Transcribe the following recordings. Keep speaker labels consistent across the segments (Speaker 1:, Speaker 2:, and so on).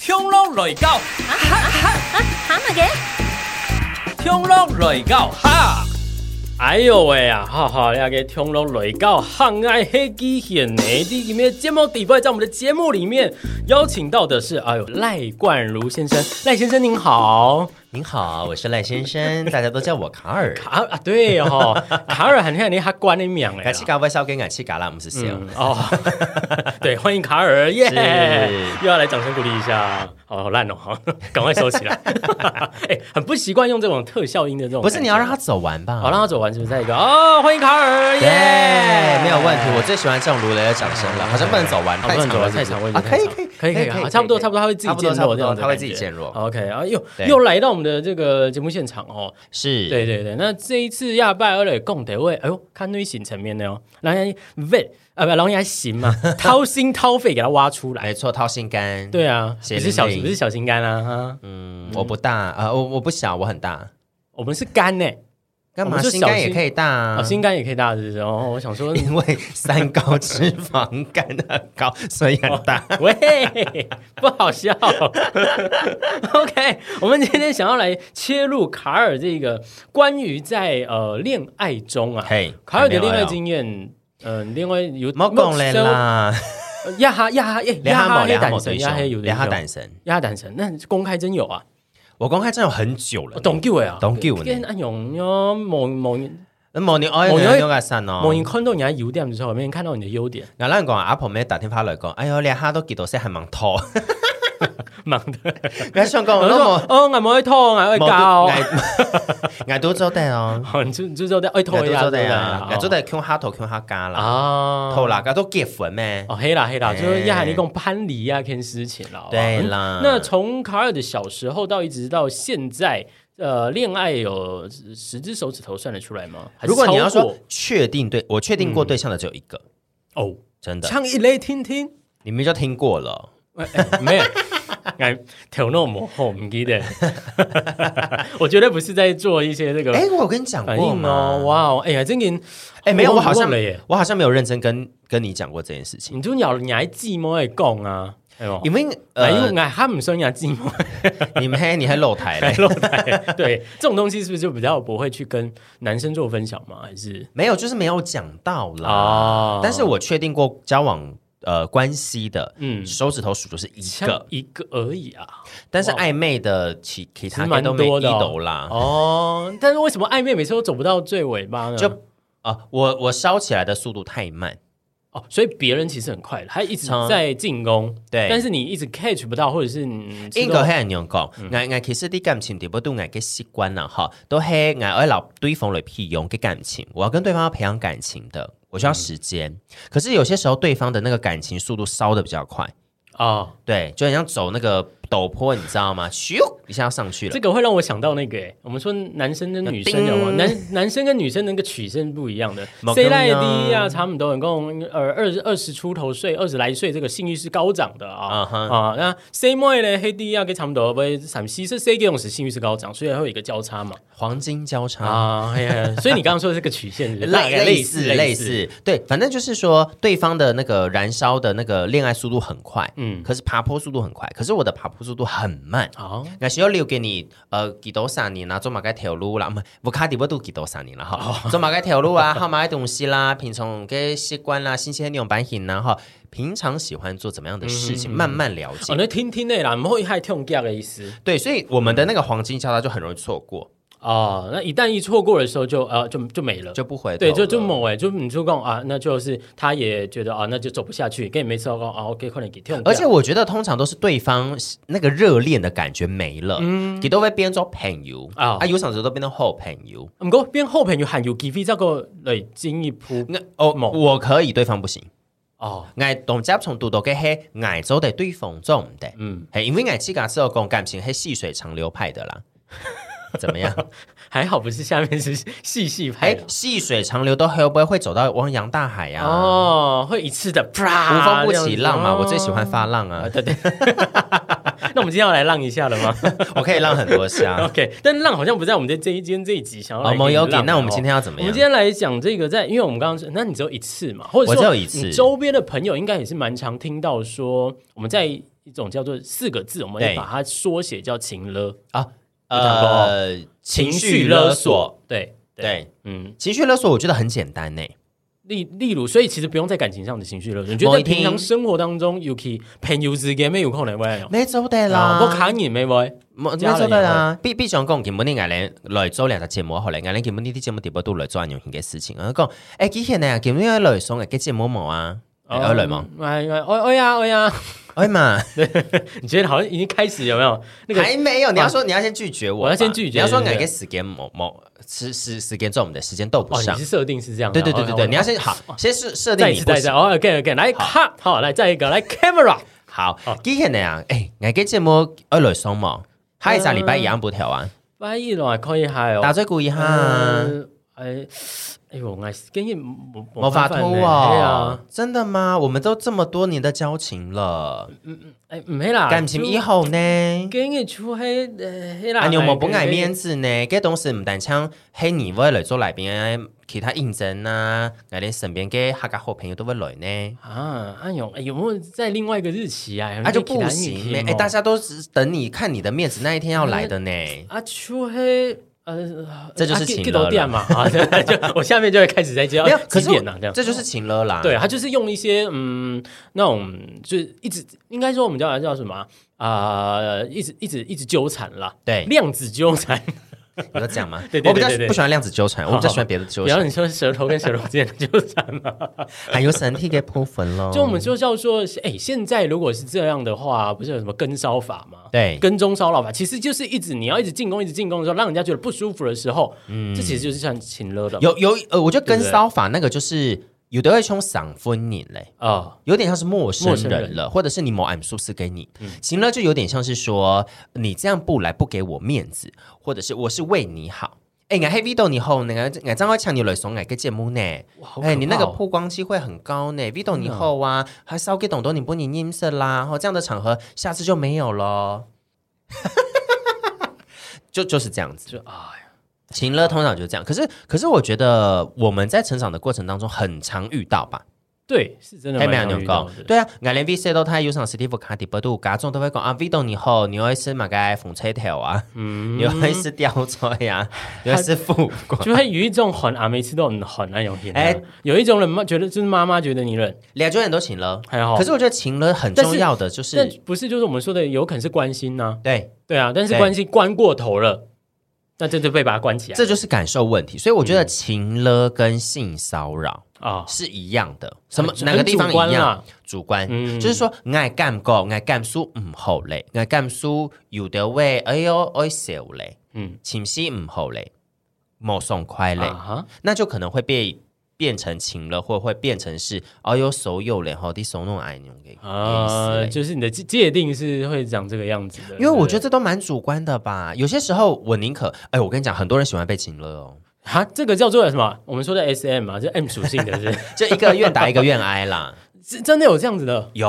Speaker 1: 跳落来到，
Speaker 2: 蛤蟆给
Speaker 1: 跳落来到哈！
Speaker 3: 哎呦喂啊，哈哈，那个听了雷告汉爱黑机显呢，第一面睫毛底部在我们的节目里面邀请到的是，哎呦赖冠如先生，赖先生您好，
Speaker 4: 您好，我是赖先生，大家都叫我卡尔。
Speaker 3: 卡啊对哦，卡尔很像你还关你秒哎
Speaker 4: 感，气嘎外烧给感气嘎啦，我们是谁？
Speaker 3: 嗯哦， 对，欢迎卡尔耶
Speaker 4: 是
Speaker 3: 又要来掌声鼓励一下，好好烂哦，好，赶快收起来， 哎，很不习惯用这种特效音的这种，
Speaker 4: 不是你要让他。走完吧？
Speaker 3: 好，让他走完是不是？再一个哦，欢迎卡尔耶
Speaker 4: 耶，没有问题。我最喜欢这种如雷的掌声了，好像不能走完，
Speaker 3: 啊不能走完，太
Speaker 4: 长
Speaker 3: 长
Speaker 4: 了
Speaker 3: 位
Speaker 4: 是
Speaker 3: 置
Speaker 4: 不是啊，可以可以
Speaker 3: 可以可以，好差不多差不多，他会自己渐
Speaker 4: 差不
Speaker 3: 弱
Speaker 4: 多
Speaker 3: 这样子的感觉，
Speaker 4: 他会自己渐弱。
Speaker 3: OK 啊，又
Speaker 4: 对
Speaker 3: 又来到我们的这个节目现场哦。
Speaker 4: 是，
Speaker 3: 对对对，那这一次亚拜尔的共得位，哎呦，看内省层面的哦，然后 vet 啊不，然后还行 嘛，掏心掏肺给他挖出来。
Speaker 4: 没错，掏心肝。
Speaker 3: 对啊，
Speaker 4: 血
Speaker 3: 不
Speaker 4: 淋
Speaker 3: 是小
Speaker 4: 淋
Speaker 3: 不是小心肝啊哈，
Speaker 4: 嗯，我不大啊，我我不小，我很大。
Speaker 3: 我们是肝呢，
Speaker 4: 干
Speaker 3: 我
Speaker 4: 嘛？
Speaker 3: 们是
Speaker 4: 心肝
Speaker 3: 小心
Speaker 4: 也可以大
Speaker 3: 啊
Speaker 4: 啊。，
Speaker 3: 心肝也可以大，是不是？哦，我想说
Speaker 4: 因为三高脂肪肝很高，所以很大。
Speaker 3: 喂，不好笑。OK，我们今天想要来切入卡尔这个关于在呃恋爱中啊，
Speaker 4: 嘿
Speaker 3: 卡尔的
Speaker 4: 还没有
Speaker 3: 恋爱
Speaker 4: 哦
Speaker 3: 经验，呃，另外有
Speaker 4: 莫讲嘞，啦，
Speaker 3: 呃亚哈亚哈耶
Speaker 4: 连
Speaker 3: 亚
Speaker 4: 哈
Speaker 3: 哈
Speaker 4: 毛
Speaker 3: 黑
Speaker 4: 连哈
Speaker 3: 胆
Speaker 4: 毛
Speaker 3: 神，
Speaker 4: 对
Speaker 3: 亚黑有
Speaker 4: 胸，
Speaker 3: 的
Speaker 4: 连哈
Speaker 3: 有
Speaker 4: 胆神。
Speaker 3: 亚哈胆神，那公开真有啊，
Speaker 4: 我公开真有很久了呢，
Speaker 3: 懂救啊，
Speaker 4: 懂叫呢
Speaker 3: 跟安勇哟，某某
Speaker 4: 那某年，哎，
Speaker 3: 某
Speaker 4: 某
Speaker 3: 年
Speaker 4: 年个散哦，
Speaker 3: 某人看到你的优点之后，没人看到你的优点，
Speaker 4: 那咱讲阿婆妹打电话来讲，哎呦，连哈都几多岁还蛮拖，
Speaker 3: 忙的，
Speaker 4: 我想讲，
Speaker 3: 我
Speaker 4: 我
Speaker 3: 说
Speaker 4: 冇
Speaker 3: 哦，我冇去痛，我会教。
Speaker 4: 我都做得哎哦，
Speaker 3: 哦，你就你就做的，哎，
Speaker 4: 我
Speaker 3: 拖一
Speaker 4: 都
Speaker 3: 下，
Speaker 4: 做得啊， 我
Speaker 3: 哦
Speaker 4: 做得看哈头看哈家啦，
Speaker 3: 啊，
Speaker 4: 头啦，我都结婚咩？
Speaker 3: 哦，黑啦黑啦，
Speaker 4: 哎
Speaker 3: 就是亚海尼共潘离啊，看事情了。好不好
Speaker 4: 对啦
Speaker 3: 嗯那从卡尔的小时候到一直到现在，呃，恋爱有十只手指头算得出来吗？还是
Speaker 4: 如果你要
Speaker 3: 超
Speaker 4: 说
Speaker 3: 过
Speaker 4: 确定对，我确定过对象的只有一个，
Speaker 3: 哦，
Speaker 4: 真的，
Speaker 3: 唱一类听听，
Speaker 4: 你们就听过了。
Speaker 3: 哎哎 没有。哎，头脑模糊，唔记 得。我绝对不是在做一些这个
Speaker 4: 哎，我有跟你讲
Speaker 3: 反
Speaker 4: 过
Speaker 3: 应哦，
Speaker 4: 吗？
Speaker 3: 哇哦，哎呀，真给
Speaker 4: 哎，没有，
Speaker 3: 我
Speaker 4: 我好像
Speaker 3: 忘了耶，
Speaker 4: 我好像没有认真跟跟你讲过这件事情，
Speaker 3: 你就咬你还寂寞爱讲啊，哎呦，
Speaker 4: 因为
Speaker 3: 哎因
Speaker 4: 呃
Speaker 3: 为，俺还唔算牙寂寞。
Speaker 4: 你们嘿你还露台嘞。
Speaker 3: 露 台。对，这种东西是不是就比较不会去跟男生做分享吗？还是
Speaker 4: 没有，就是没有讲到啦。
Speaker 3: 哦
Speaker 4: 但是我确定过交往呃关系的，
Speaker 3: 嗯
Speaker 4: 嗯，手指头数就是一
Speaker 3: 像
Speaker 4: 个，
Speaker 3: 一个而已啊？
Speaker 4: 但是
Speaker 3: 哇
Speaker 4: 暧昧的其其他
Speaker 3: 其实蛮
Speaker 4: 都没
Speaker 3: 多
Speaker 4: 一
Speaker 3: 的哦
Speaker 4: 斗啦。
Speaker 3: 哦，但是为什么暧昧每次都走不到最尾巴呢？
Speaker 4: 就啊、我我烧起来的速度太慢，
Speaker 3: 哦，所以别人其实很快的，他一直
Speaker 4: 常
Speaker 3: 在进攻，
Speaker 4: 对
Speaker 3: 但是你一直 catch 不到，或者是你
Speaker 4: 应该系人样讲，
Speaker 3: 嗯
Speaker 4: 我我其实啲感情全部都我嘅习惯啦，哈，都系我要留对方嚟屁用嘅感情，我要跟对方要培养感情的，我
Speaker 3: 嗯
Speaker 4: 需要时间。可是有些时候对方的那个感情速度烧的比较快，
Speaker 3: 哦，
Speaker 4: 对，就很像走那个陡坡，你知道吗？咻一下要上去了
Speaker 3: 这。个会让我想到那个、欸，我们说男生跟女生
Speaker 4: 叮
Speaker 3: 有吗？男男生跟女生那个曲线不一样的
Speaker 4: 冇。
Speaker 3: C
Speaker 4: 跟
Speaker 3: 赖
Speaker 4: 啊
Speaker 3: D 啊，他们都很共呃二十二十出头岁，二十来岁，这个性欲是高涨的啊
Speaker 4: 啊哈
Speaker 3: 啊。那 C 妹呢，黑 D 啊，跟他们都不会陕西是 C 给用时性欲是高涨，所以会有一个交叉嘛
Speaker 4: 黄金交叉。
Speaker 3: 啊。嘿嘿所以你刚刚说的这个曲线是不是大
Speaker 4: 类
Speaker 3: 概
Speaker 4: 类
Speaker 3: 似
Speaker 4: 似类似，对，反正就是说，对方的那个燃烧的那个恋爱速度很快，
Speaker 3: 嗯
Speaker 4: 嗯，可是爬坡速度很快，可是我的爬坡速度很慢。
Speaker 3: 啊。
Speaker 4: 那需要留给你呃几多三年啦，做马该条路啦，唔 系我卡底不都几多三年啦哈，
Speaker 3: 哦
Speaker 4: 做马该条路啊，好 买东西啦，平常嘅习惯啦，新鲜用版型啦哈，平常喜欢做怎么样的事情，慢慢了解。
Speaker 3: 哦，那听听内啦，不会害痛掉的意思
Speaker 4: 对，所以我们的那个黄金交叉就很容易错过，
Speaker 3: 哦。那一旦一错过的时候就，呃就就没了，
Speaker 4: 就不回头
Speaker 3: 对，就就
Speaker 4: 了
Speaker 3: 某哎，就你就讲啊，那就是他也觉得啊，那就走不下去，跟你没说讲啊，OK，快点给跳。
Speaker 4: 而且我觉得通常都是对方那个热恋的感觉没了，嗯，都会变做朋友
Speaker 3: 啊
Speaker 4: 啊，啊有场时都变成好朋友。
Speaker 3: 唔过边后朋友喊有 give 这个来进一步
Speaker 4: 那哦，
Speaker 3: 某
Speaker 4: 我可以，对方不行。
Speaker 3: 哦，
Speaker 4: 爱懂接从读到嘅系爱做的对方做唔得，
Speaker 3: 嗯
Speaker 4: 嗯，系因为爱自家是有讲感情系细水长流派的啦。怎么样？
Speaker 3: 还好不是下面是细细拍
Speaker 4: 哎
Speaker 3: 的，
Speaker 4: 细水长流都会不会走到汪洋大海呀、啊？
Speaker 3: 哦，啊会一次的
Speaker 4: 无
Speaker 3: 啪，
Speaker 4: 风不起浪嘛，我最喜欢发浪
Speaker 3: 啊，
Speaker 4: 啊，
Speaker 3: 对 对。那我们今天要来浪一下了吗
Speaker 4: 我可以浪很多 下。
Speaker 3: ？OK，但浪好像不在我们的这一间这一集想要
Speaker 4: 哦，
Speaker 3: 来
Speaker 4: 毛有
Speaker 3: 给哦
Speaker 4: 给，
Speaker 3: 浪
Speaker 4: 那我们
Speaker 3: 哦
Speaker 4: 今天要怎么
Speaker 3: 我们
Speaker 4: 样
Speaker 3: 今？天来讲这个在，因为我们刚刚说，那你只有一次嘛，或者
Speaker 4: 我只
Speaker 3: 说
Speaker 4: 有一次
Speaker 3: 你周边的朋友应该也是蛮常听到说，我们在一种叫做四个字，我们会
Speaker 4: 对
Speaker 3: 把它缩写叫情勒，
Speaker 4: 啊，
Speaker 3: 讲过哦
Speaker 4: 呃，情绪勒索，，
Speaker 3: 对，
Speaker 4: 对，
Speaker 3: 嗯，
Speaker 4: 情绪勒索我觉得很简单呢、
Speaker 3: 例例如，所以其实不用在感情上的情绪勒索，你觉得
Speaker 4: 某
Speaker 3: 在
Speaker 4: 一天
Speaker 3: 平常生活当中，Yuki 朋友之间没有可能会有，
Speaker 4: 没做对
Speaker 3: 啊，我卡你没会，家
Speaker 4: 冇咩
Speaker 3: 人
Speaker 4: 做得啦？必必想講，根本啲藝人來做兩隻節目，後嚟藝人根本呢啲節目點解都來做人用嘅事情。我講，誒幾時你啊？根本啲來送嘅嘅節目冇啊？有來冇？
Speaker 3: 哎哎哎呀哎呀，
Speaker 4: 哎嘛，
Speaker 3: 你觉得好像已经开始有没有？那个哦
Speaker 4: 還沒有。你要說你要先拒絕我吧，
Speaker 3: 我要先拒絕
Speaker 4: 你要說
Speaker 3: 對
Speaker 4: 藝
Speaker 3: 不對
Speaker 4: 嘅時間冇冇時時時間做我們的時間鬥不
Speaker 3: 哦，你
Speaker 4: 上
Speaker 3: 是。设定是这样的，
Speaker 4: 對對對對對，
Speaker 3: 哦
Speaker 4: 你要先好，先設
Speaker 3: 再
Speaker 4: 設定
Speaker 3: 一
Speaker 4: 你
Speaker 3: 次
Speaker 4: 不
Speaker 3: 再一次，
Speaker 4: 行。
Speaker 3: 哦，again again，来 cut，好，来再一个，来 camera，
Speaker 4: 好
Speaker 3: 好，
Speaker 4: 幾時你啊？誒藝嘅節目要來送冇？下一站禮拜一樣不條啊？
Speaker 3: 万一来可以还有
Speaker 4: 打咗故意下。
Speaker 3: 呃哎哎呦，我今日冇
Speaker 4: 魔法
Speaker 3: 翻
Speaker 4: 兔
Speaker 3: 呢係
Speaker 4: 啊
Speaker 3: 啊，，
Speaker 4: 真的吗？我们都这么多年的交情了，
Speaker 3: 哎唔系啦，
Speaker 4: 感情以后呢？
Speaker 3: 今日出去诶啦，哎
Speaker 4: 啊，你有冇不爱面
Speaker 3: 子？
Speaker 4: 子呢？嘅同事唔但像黑你会来做来宾，哎其他应征啊，我哋身边嘅客家好朋友都会来呢。
Speaker 3: 啊，哎呦，哎有没有在另外一个日期啊？
Speaker 4: 啊，就不行呢！哎、大家都是等你看你的面子那一天要来的呢。
Speaker 3: 啊，出去 呃，
Speaker 4: 这就是
Speaker 3: 啊
Speaker 4: 请
Speaker 3: 去去楼
Speaker 4: 了
Speaker 3: 店嘛， 啊，就我下面就会开始在接，
Speaker 4: 没有，可
Speaker 3: 几
Speaker 4: 是我
Speaker 3: 点啊呢？这样。
Speaker 4: 这就是情了啦。
Speaker 3: 对，他啊就是用一些嗯那种就是一直应该说我们叫叫什么啊、呃一直一直一直纠缠啦，
Speaker 4: 对
Speaker 3: 量子纠缠。
Speaker 4: 你要讲吗？
Speaker 3: 对对对对
Speaker 4: 我比
Speaker 3: 对
Speaker 4: 较不喜欢量子 纠缠，我比较喜欢别的纠
Speaker 3: 然后
Speaker 4: 缠，
Speaker 3: 你说舌头跟舌头之间的纠缠嘛，
Speaker 4: 还有身体嘅部分咯。
Speaker 3: 就我们就是要说，哎，现在如果是这样的话，不是有什么跟骚法吗？
Speaker 4: 对
Speaker 3: 跟踪骚扰法其实就是一直你要一直进攻，一直进攻的时候，让人家觉得不舒服的时候，嗯，这其实就是像情勒的嘛
Speaker 4: 有有呃，我觉得
Speaker 3: 对
Speaker 4: 跟
Speaker 3: 不对
Speaker 4: 骚法那个就是有的会冲赏分你嘞，
Speaker 3: 啊、
Speaker 4: 有点像是陌生
Speaker 3: 陌生
Speaker 4: 人
Speaker 3: 人嗯
Speaker 4: 了，或者是你某俺数字给你，行了就有点像是说你这样不来不给我面子，或者是我是为你好。哎，俺黑 V 豆你后，那个俺张会抢你来怂俺个节目呢？
Speaker 3: 哇好可
Speaker 4: 哎，你那个
Speaker 3: 怕哦
Speaker 4: 曝光机会很高呢。V 豆你后啊，还稍给懂懂你不你音色啦，哦，这样的场合下次就没有了。 就就是这样子，
Speaker 3: 就啊，
Speaker 4: 情乐通常就是这样，可是可是我觉得我们在成长的过程当中很常遇到吧，
Speaker 3: 对，是真的
Speaker 4: 黑
Speaker 3: 蛮
Speaker 4: 没有
Speaker 3: 常
Speaker 4: 牛
Speaker 3: 遇到
Speaker 4: 高
Speaker 3: 的，
Speaker 4: 对啊，俺连 VC 都太有上 Steve 卡迪波度，嘎众都会讲啊，Vito 你好，你会是马该风吹头啊，
Speaker 3: 嗯
Speaker 4: 你会是吊车呀， 你会是富贵，
Speaker 3: 就会有一种很啊，每次都很很那种型的。哎
Speaker 4: 哎，
Speaker 3: 有一种人嘛，觉得就是妈妈觉得你冷，
Speaker 4: 两种人都情乐，
Speaker 3: 还好。
Speaker 4: 可是我觉得情乐很
Speaker 3: 哦但是
Speaker 4: 重要的就
Speaker 3: 这
Speaker 4: 是
Speaker 3: 不是就是我们说的，有可能是关心呐、
Speaker 4: 对，
Speaker 3: 对啊，但是
Speaker 4: 对
Speaker 3: 关心关过头了，那这就被把它关起来。
Speaker 4: 这就是感受问题，所以我
Speaker 3: 嗯
Speaker 4: 觉得情乐跟性骚扰
Speaker 3: 啊，
Speaker 4: 是一样的，什么
Speaker 3: 很
Speaker 4: 哪个地方
Speaker 3: 很主观
Speaker 4: 一样
Speaker 3: 啦？
Speaker 4: 主观，
Speaker 3: 嗯
Speaker 4: 就是说爱干过，爱干输唔好咧，爱干输有的位，哎呦哎少咧，
Speaker 3: 嗯，
Speaker 4: 情绪唔好咧，冇爽快咧，
Speaker 3: 啊哈，
Speaker 4: 那就可能会被变成情了，或会变成是哎呦手有咧，好啲手弄爱用嘅
Speaker 3: 啊，
Speaker 4: 意思咧。
Speaker 3: 就是你的界界定是会长这个样子的。
Speaker 4: 哎因为我觉得
Speaker 3: 得
Speaker 4: 这都蛮主观的吧，有些时候我宁可，哎，我跟你讲，很多人喜欢被情了哦，
Speaker 3: 哈，这个叫做什么？我们说的 S M 啊，就 M 属性 的是，
Speaker 4: 就一个愿打一个愿挨啦。
Speaker 3: 是真的有这样子的。
Speaker 4: 有，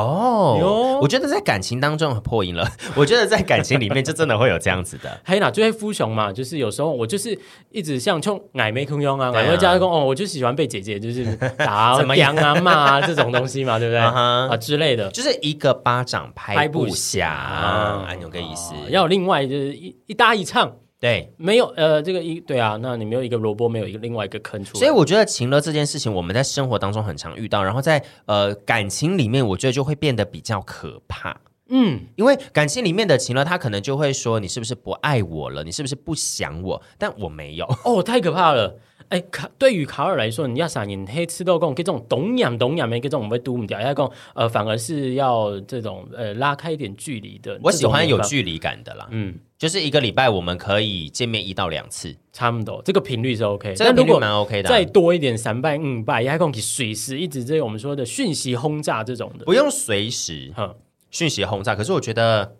Speaker 3: 有
Speaker 4: 我觉得在感情当中破音了。 我觉得在感情里面，就真的会有这样子的。
Speaker 3: 还有哪就会敷熊嘛，就是有时候我就是一直像冲矮妹空用啊，
Speaker 4: 对啊
Speaker 3: 矮妹加工哦，我就喜欢被姐姐就是打 啊、
Speaker 4: 怎么样
Speaker 3: 扬啊、骂啊这种东西嘛，对 不对？
Speaker 4: 啊哈
Speaker 3: 啊之类的，
Speaker 4: 就是一个巴掌拍不
Speaker 3: 响
Speaker 4: 响，啊，有个意思。
Speaker 3: 哦要有另外就是一一搭一唱，
Speaker 4: 对，
Speaker 3: 没有呃这个一对啊，那你没有一个萝卜，没有一个另外一个坑出来，
Speaker 4: 所以我觉得情了这件事情，我们在生活当中很常遇到，然后在呃感情里面，我觉得就会变得比较可怕。
Speaker 3: 嗯，
Speaker 4: 因为感情里面的情了，他可能就会说你是不是不爱我了，你是不是不想我？但我 没有，
Speaker 3: 哦太可怕了。哎，卡对于卡尔来说，你要啥你黑吃豆贡，给这种懂养懂养没给这种我们会嘟不掉，要讲呃反而是要这种呃拉开一点距离的。
Speaker 4: 我喜欢有
Speaker 3: 这种没办法，
Speaker 4: 距离感的啦。
Speaker 3: 嗯，
Speaker 4: 就是一个礼拜我们可以见面一到两次，
Speaker 3: 差不多，这个频率是 OK。
Speaker 4: 这
Speaker 3: 但
Speaker 4: 个
Speaker 3: 如
Speaker 4: 频率
Speaker 3: 果
Speaker 4: 蛮 OK 的啊、
Speaker 3: 再多一点三拜五拜，压控起水时一直这个我们说的讯息轰炸这种的，
Speaker 4: 不用随时
Speaker 3: 哼
Speaker 4: 讯息轰炸。可是我觉得，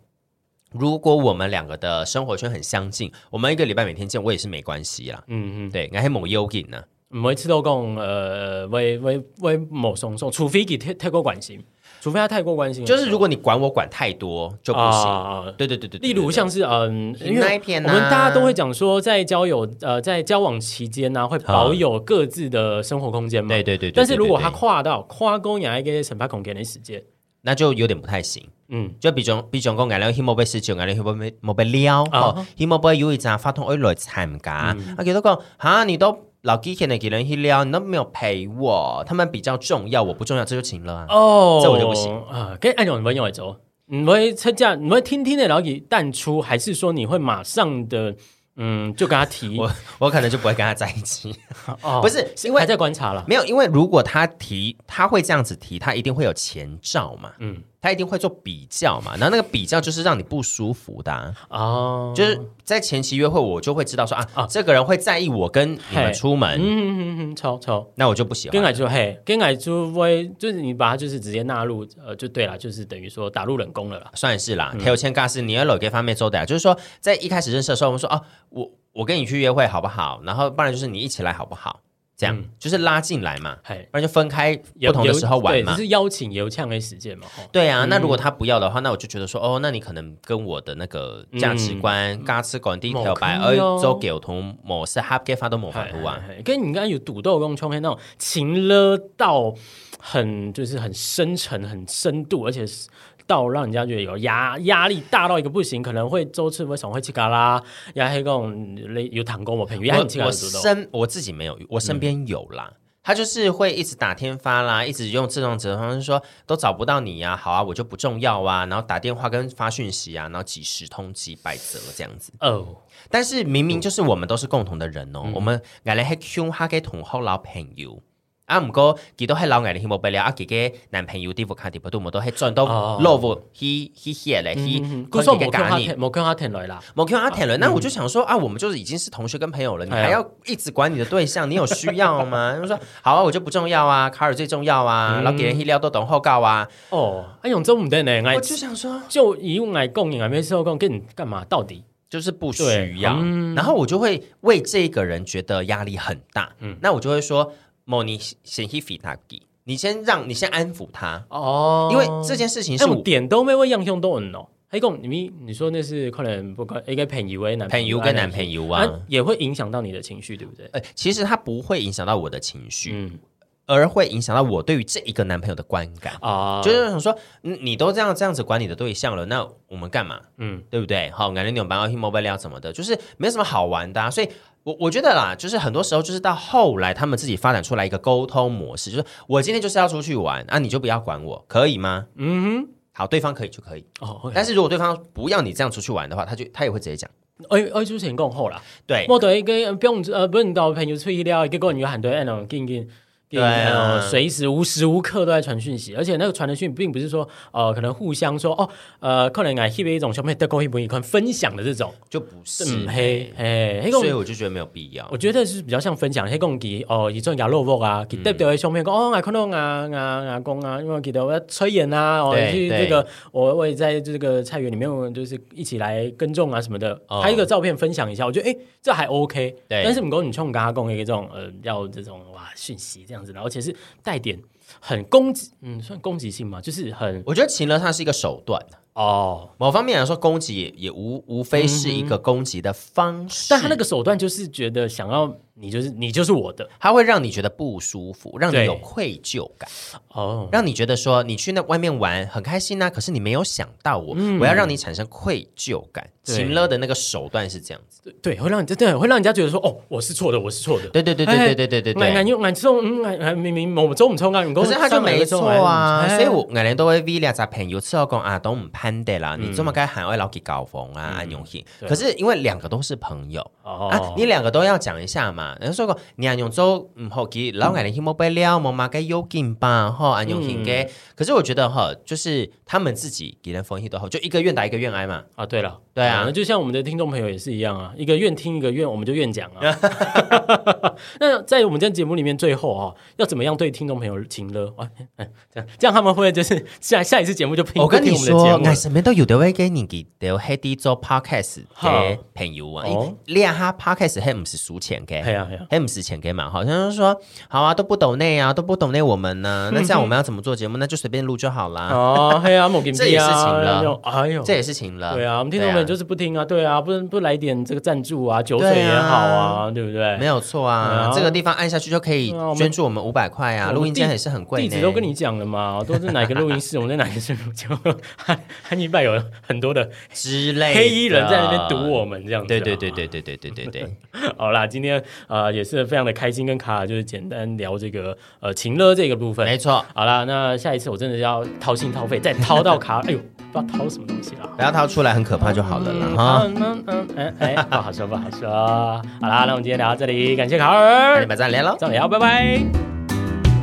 Speaker 4: 如果我们两个的生活圈很相近，我们一个礼拜每天见，我也是没关系啦。
Speaker 3: 嗯嗯，
Speaker 4: 对，俺还某幽紧呢，
Speaker 3: 每一次都讲呃，为为为某松松，除非给太太过关心，除非他太过关心的时
Speaker 4: 就
Speaker 3: 候，
Speaker 4: 是如果你管我管太多就不行。
Speaker 3: 啊啊
Speaker 4: 对对对对，对
Speaker 3: 例如像是嗯，
Speaker 4: 对对
Speaker 3: 因
Speaker 4: 那一
Speaker 3: 为
Speaker 4: 篇
Speaker 3: 我
Speaker 4: 啊
Speaker 3: 们大家都会讲说，在交友呃，在交往期间呢、会
Speaker 4: 啊
Speaker 3: 保有各自的生活空间嘛。
Speaker 4: 对对对对对对
Speaker 3: 但是如果他
Speaker 4: 对
Speaker 3: 跨到跨公也一个审判空间的时间，
Speaker 4: 那就有点不太行。
Speaker 3: 嗯，
Speaker 4: 就比如比如讲，眼睛冇被市場，眼睛冇被冇被撩，
Speaker 3: 啊
Speaker 4: 吼，希望被有一陣發通愛來參加。啊，
Speaker 3: 嗯
Speaker 4: 佢都講嚇，你都老幾天的給人去撩，你都沒有陪我，他們比較重要，我不重要，這就情了啊。
Speaker 3: 哦，
Speaker 4: 這我就不行
Speaker 3: 啊。跟按照你们用来走，你会参加，你会听听的，然后给淡出，还是说你会马上的嗯就跟他提？
Speaker 4: 我我可能就不会跟他在一 起，
Speaker 3: 哦
Speaker 4: 不是因为
Speaker 3: 还在观察了。
Speaker 4: 没有，因为如果他提，他会这样子提，他一定会有前兆嘛，嗯，他一定会做比较嘛，然后那个比较就是让你不舒服的、啊，
Speaker 3: 哦，
Speaker 4: 就是在前期约会，我就会知道说啊，这个人会在意我跟你
Speaker 3: 嘿
Speaker 4: 们出
Speaker 3: 嗯
Speaker 4: 门，
Speaker 3: 嗯嗯嗯，超超。
Speaker 4: 那我就不喜
Speaker 3: 跟
Speaker 4: 欢。
Speaker 3: 矮猪嘿，跟矮猪威就是你把它就是直接纳入，呃，就对了，就是等于说打入冷宫了啦。
Speaker 4: 算是啦，条件尬是你要有给方面周的啊，就是说在一开始认识的时候，我们说哦，我我跟你去约会好不好？然后不然就是你一起来好不好？这样、就是拉进来嘛，
Speaker 3: 嘿，
Speaker 4: 不然就分开
Speaker 3: 有
Speaker 4: 不同的时候玩
Speaker 3: 对，
Speaker 4: 嘛
Speaker 3: 只。是邀请也有呛 A 时间嘛。吼
Speaker 4: 对啊，那如果他不要的话，那我就觉得说，哦，那你可能跟我的那个价值观，嘎吃管第一条
Speaker 3: 嗯
Speaker 4: 白，
Speaker 3: 某坑
Speaker 4: 而
Speaker 3: 哟哎
Speaker 4: 做给同某是 h a p g e 发都某法度啊，，
Speaker 3: 嘿嘿嘿跟你刚刚有赌斗跟冲黑那种情勒到很就是很深沉、很深度，而且是到让人家觉得有压压力大到一个不行，可能会周次会总会去嘎啦，压黑共类有躺工我朋友，压
Speaker 4: 我
Speaker 3: 你去嘎
Speaker 4: 我
Speaker 3: 啦赌斗。
Speaker 4: 身我自己没有，我身边有啦。他就是会一直打天发啦，一直用这种折方式说都找不到你呀、好啊，我就不重要啊，然后打电话跟发讯息啊，然后几十通几百折这样子。
Speaker 3: 哦，
Speaker 4: 但是明
Speaker 3: 嗯
Speaker 4: 明就是我们都是共同的人哦，我们眼咧系 Q 哈嘅同好老朋友。啊，唔过佢都係老眼咧，希望不了啊，佢嘅男朋友啲副卡啲不都冇都係轉到
Speaker 3: 哦嗯
Speaker 4: love 去去去咧去，
Speaker 3: 故说某 Q
Speaker 4: 假
Speaker 3: 哈天，某 Q 哈天来啦。
Speaker 4: 某 Q 阿舔了，那我就想说啊，我们就是已经是同学跟朋友了，你
Speaker 3: 啊嗯哎呀
Speaker 4: 还要一直管你的对象，你有需要吗？他说好啊，我就不重要啊，卡尔最重要啊，然
Speaker 3: 嗯
Speaker 4: 后给人一料都懂后告啊，
Speaker 3: 哦，哎用这唔得呢，哎
Speaker 4: 我就想说
Speaker 3: 就以用来供应，还没事后供，跟你干嘛？到底
Speaker 4: 就是不
Speaker 3: 对
Speaker 4: 需要，
Speaker 3: 嗯
Speaker 4: 然后我就会为这个人觉得压力很大，
Speaker 3: 嗯
Speaker 4: 那我就会说某你先 he f 你先让你先安抚他，
Speaker 3: 哦
Speaker 4: 因为这件事情是
Speaker 3: 哎我
Speaker 4: 我
Speaker 3: 点都没为样兄都嗯哦。黑共你你说那是可能不可应该朋友为男
Speaker 4: 朋友跟男朋友啊。
Speaker 3: 啊，也会影响到你的情绪，对不对？
Speaker 4: 呃，其实它不会影响到我的情绪，
Speaker 3: 嗯
Speaker 4: 而会影响到我对于这一个男朋友的观感。
Speaker 3: 啊，
Speaker 4: 就是想说，嗯你都这样这样子管你的对象了，那我们干嘛？
Speaker 3: 嗯
Speaker 4: 嗯，对不对？好，感觉你有班奥 m o b i l e 什么的，就是没什么好玩的、啊。所以我我觉得啦，就是很多时候就是到后来他们自己发展出来一个沟通模式，就是我今天就是要出去玩，啊，你就不要管我，可以吗？
Speaker 3: 嗯
Speaker 4: 好，对方可以就可以。
Speaker 3: 哼，哦，但
Speaker 4: 但
Speaker 3: 是
Speaker 4: 是如果对方不要你这样出去玩的话，他就他也会直接讲，
Speaker 3: 哎哎，之前共后啦，
Speaker 4: 对，
Speaker 3: 莫得一个不用呃，不用到朋友出去撩，一个女喊对，哎侬跟跟。
Speaker 4: 对啊
Speaker 3: 随时无时无刻都在传讯息，而且那个传的讯并不是说，呃，可能互相说，哦，呃，可能啊，一杯一种小妹得过一杯一款分享的这种，
Speaker 4: 就不是
Speaker 3: 嗯。嘿，哎，黑
Speaker 4: 所以
Speaker 3: 共，
Speaker 4: 我就觉得没有必要
Speaker 3: 我。觉得是比较像分享黑共给哦，一种牙肉肉啊，给代表的兄妹讲哦，我看到啊啊啊公啊，因为给的我要催眼啊，哦，
Speaker 4: 对
Speaker 3: 去这
Speaker 4: 对
Speaker 3: 个我我也在这个菜园里面，我们就是一起来耕种啊什么的，
Speaker 4: 哦
Speaker 3: 拍一个照片分享一下，我觉得哎这还 OK，
Speaker 4: 对
Speaker 3: 但是我们跟你冲跟他共一个这种呃要这种哇讯息这样子的，而且是带点很攻击，嗯，算攻击性嘛，就是很
Speaker 4: 我觉得情勒它是一个手段，
Speaker 3: 哦，
Speaker 4: 某方面来说，攻击也也无无非是一个攻击的方式。
Speaker 3: 嗯但他那个手段就是觉得想要你就是你就是我的
Speaker 4: 它会让你觉得不舒服，让
Speaker 3: 对
Speaker 4: 你有愧疚感，
Speaker 3: 哦，
Speaker 4: 让你觉得说你去那外面玩很开心呐、啊可是你没有想到我，我要让你产生愧疚感。
Speaker 3: 嗯对
Speaker 4: 情勒的那个手段是这样子，
Speaker 3: 对，会让人家对，会让人家觉得说，哦，我是错的，我是错的。
Speaker 4: 对对对对
Speaker 3: 哎
Speaker 4: 对对对对
Speaker 3: 俺俺
Speaker 4: 对。
Speaker 3: 用俺这种，嗯，俺俺明明我们中午冲啊，你跟
Speaker 4: 可
Speaker 3: 我
Speaker 4: 是他就
Speaker 3: 上来
Speaker 4: 没
Speaker 3: 的时候
Speaker 4: 错啊，
Speaker 3: 哎
Speaker 4: 所以我每人都会 V 两杂朋友吃到讲啊，都唔攀的啦，你这么该喊我老给搞疯啊，安永信。
Speaker 3: 嗯对
Speaker 4: 可是因为两个都是朋友，
Speaker 3: 哦，
Speaker 4: 啊，你两个都要讲一下嘛。人家说过，你啊安用做唔好记，老外的听不被了，妈妈该有劲吧，吼，安用听
Speaker 3: 嗯
Speaker 4: 给。可是我觉得哈，就是他们自己给人风气都好，就一个愿打一个愿挨嘛。
Speaker 3: 啊，对了，
Speaker 4: 对啊
Speaker 3: 那就像我们的听众朋友也是一样啊，一个愿听一个愿，我们就愿讲啊。 那在我们这节目里面，最后啊，要怎么样对听众朋友情勒啊？哎哎这样这样他们会不会就是下下一次节目就听
Speaker 4: 我跟你
Speaker 3: 不听我们，的
Speaker 4: 说
Speaker 3: 节目
Speaker 4: 我
Speaker 3: 了
Speaker 4: 什么都有的会给你给到黑地做 podcast
Speaker 3: 好
Speaker 4: 的朋友啊啊
Speaker 3: 哦，
Speaker 4: 你俩哈 podcast 还不是输钱的，
Speaker 3: 嘿哎呀嘿呀，
Speaker 4: 还不是钱给嘛，好像是说好啊，都不抖内啊，都不抖内我们呢、
Speaker 3: 嗯
Speaker 4: 那这样我们要怎么做节目？那就随便录就好啦。
Speaker 3: 哦嘿呀，某金
Speaker 4: 啊这也是情了
Speaker 3: 哎呦，
Speaker 4: 这也是情了。、
Speaker 3: 对啊，我们听众们就是是不听啊，对啊，不不来点这个赞助啊，酒水
Speaker 4: 对啊
Speaker 3: 也好啊，对不对？
Speaker 4: 没
Speaker 3: 有，
Speaker 4: 有错
Speaker 3: 对
Speaker 4: 啊
Speaker 3: 啊，
Speaker 4: 这个地方按下去就可以
Speaker 3: 对啊我们
Speaker 4: 捐助我们五百块啊，录音间也是很贵
Speaker 3: 地
Speaker 4: 呢。
Speaker 3: 址都跟你讲了嘛，都是哪个录音室，我们在哪个室 录，就汉汉尼拜有很多的
Speaker 4: 之类的
Speaker 3: 黑衣人在那边堵我。们这样子。
Speaker 4: 哎
Speaker 3: 啊
Speaker 4: 对啊对对。对对对对对对，
Speaker 3: 好啦，今天呃也是非常的开心，跟卡尔就是简单聊这个呃情乐这个部分。
Speaker 4: 没错，
Speaker 3: 好啦，那下一次我真的要掏心掏肺，再掏到卡尔，哎呦，不知道掏什么东西啦。
Speaker 4: 不要掏出来很可怕就好了啦
Speaker 3: 嗯
Speaker 4: 哈。
Speaker 3: 嗯嗯嗯，哎，哎不好说，不好说。好啦，那我们今天聊到这里，感谢卡尔，
Speaker 4: 那你们再来喽。
Speaker 3: 再聊，拜拜。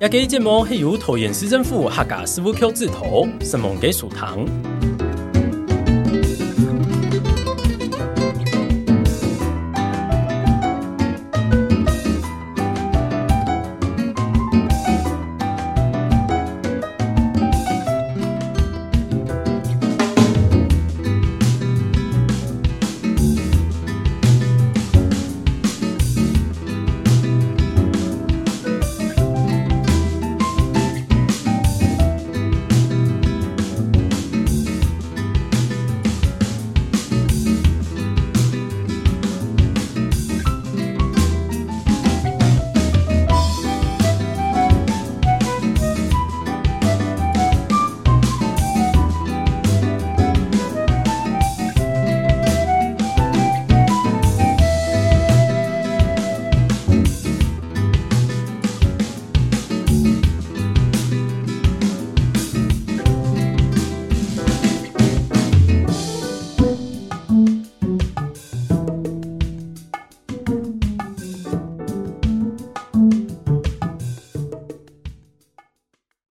Speaker 3: 也可以建模黑油头眼狮身腹，哈嘎师傅 Q 字头，圣梦给属堂。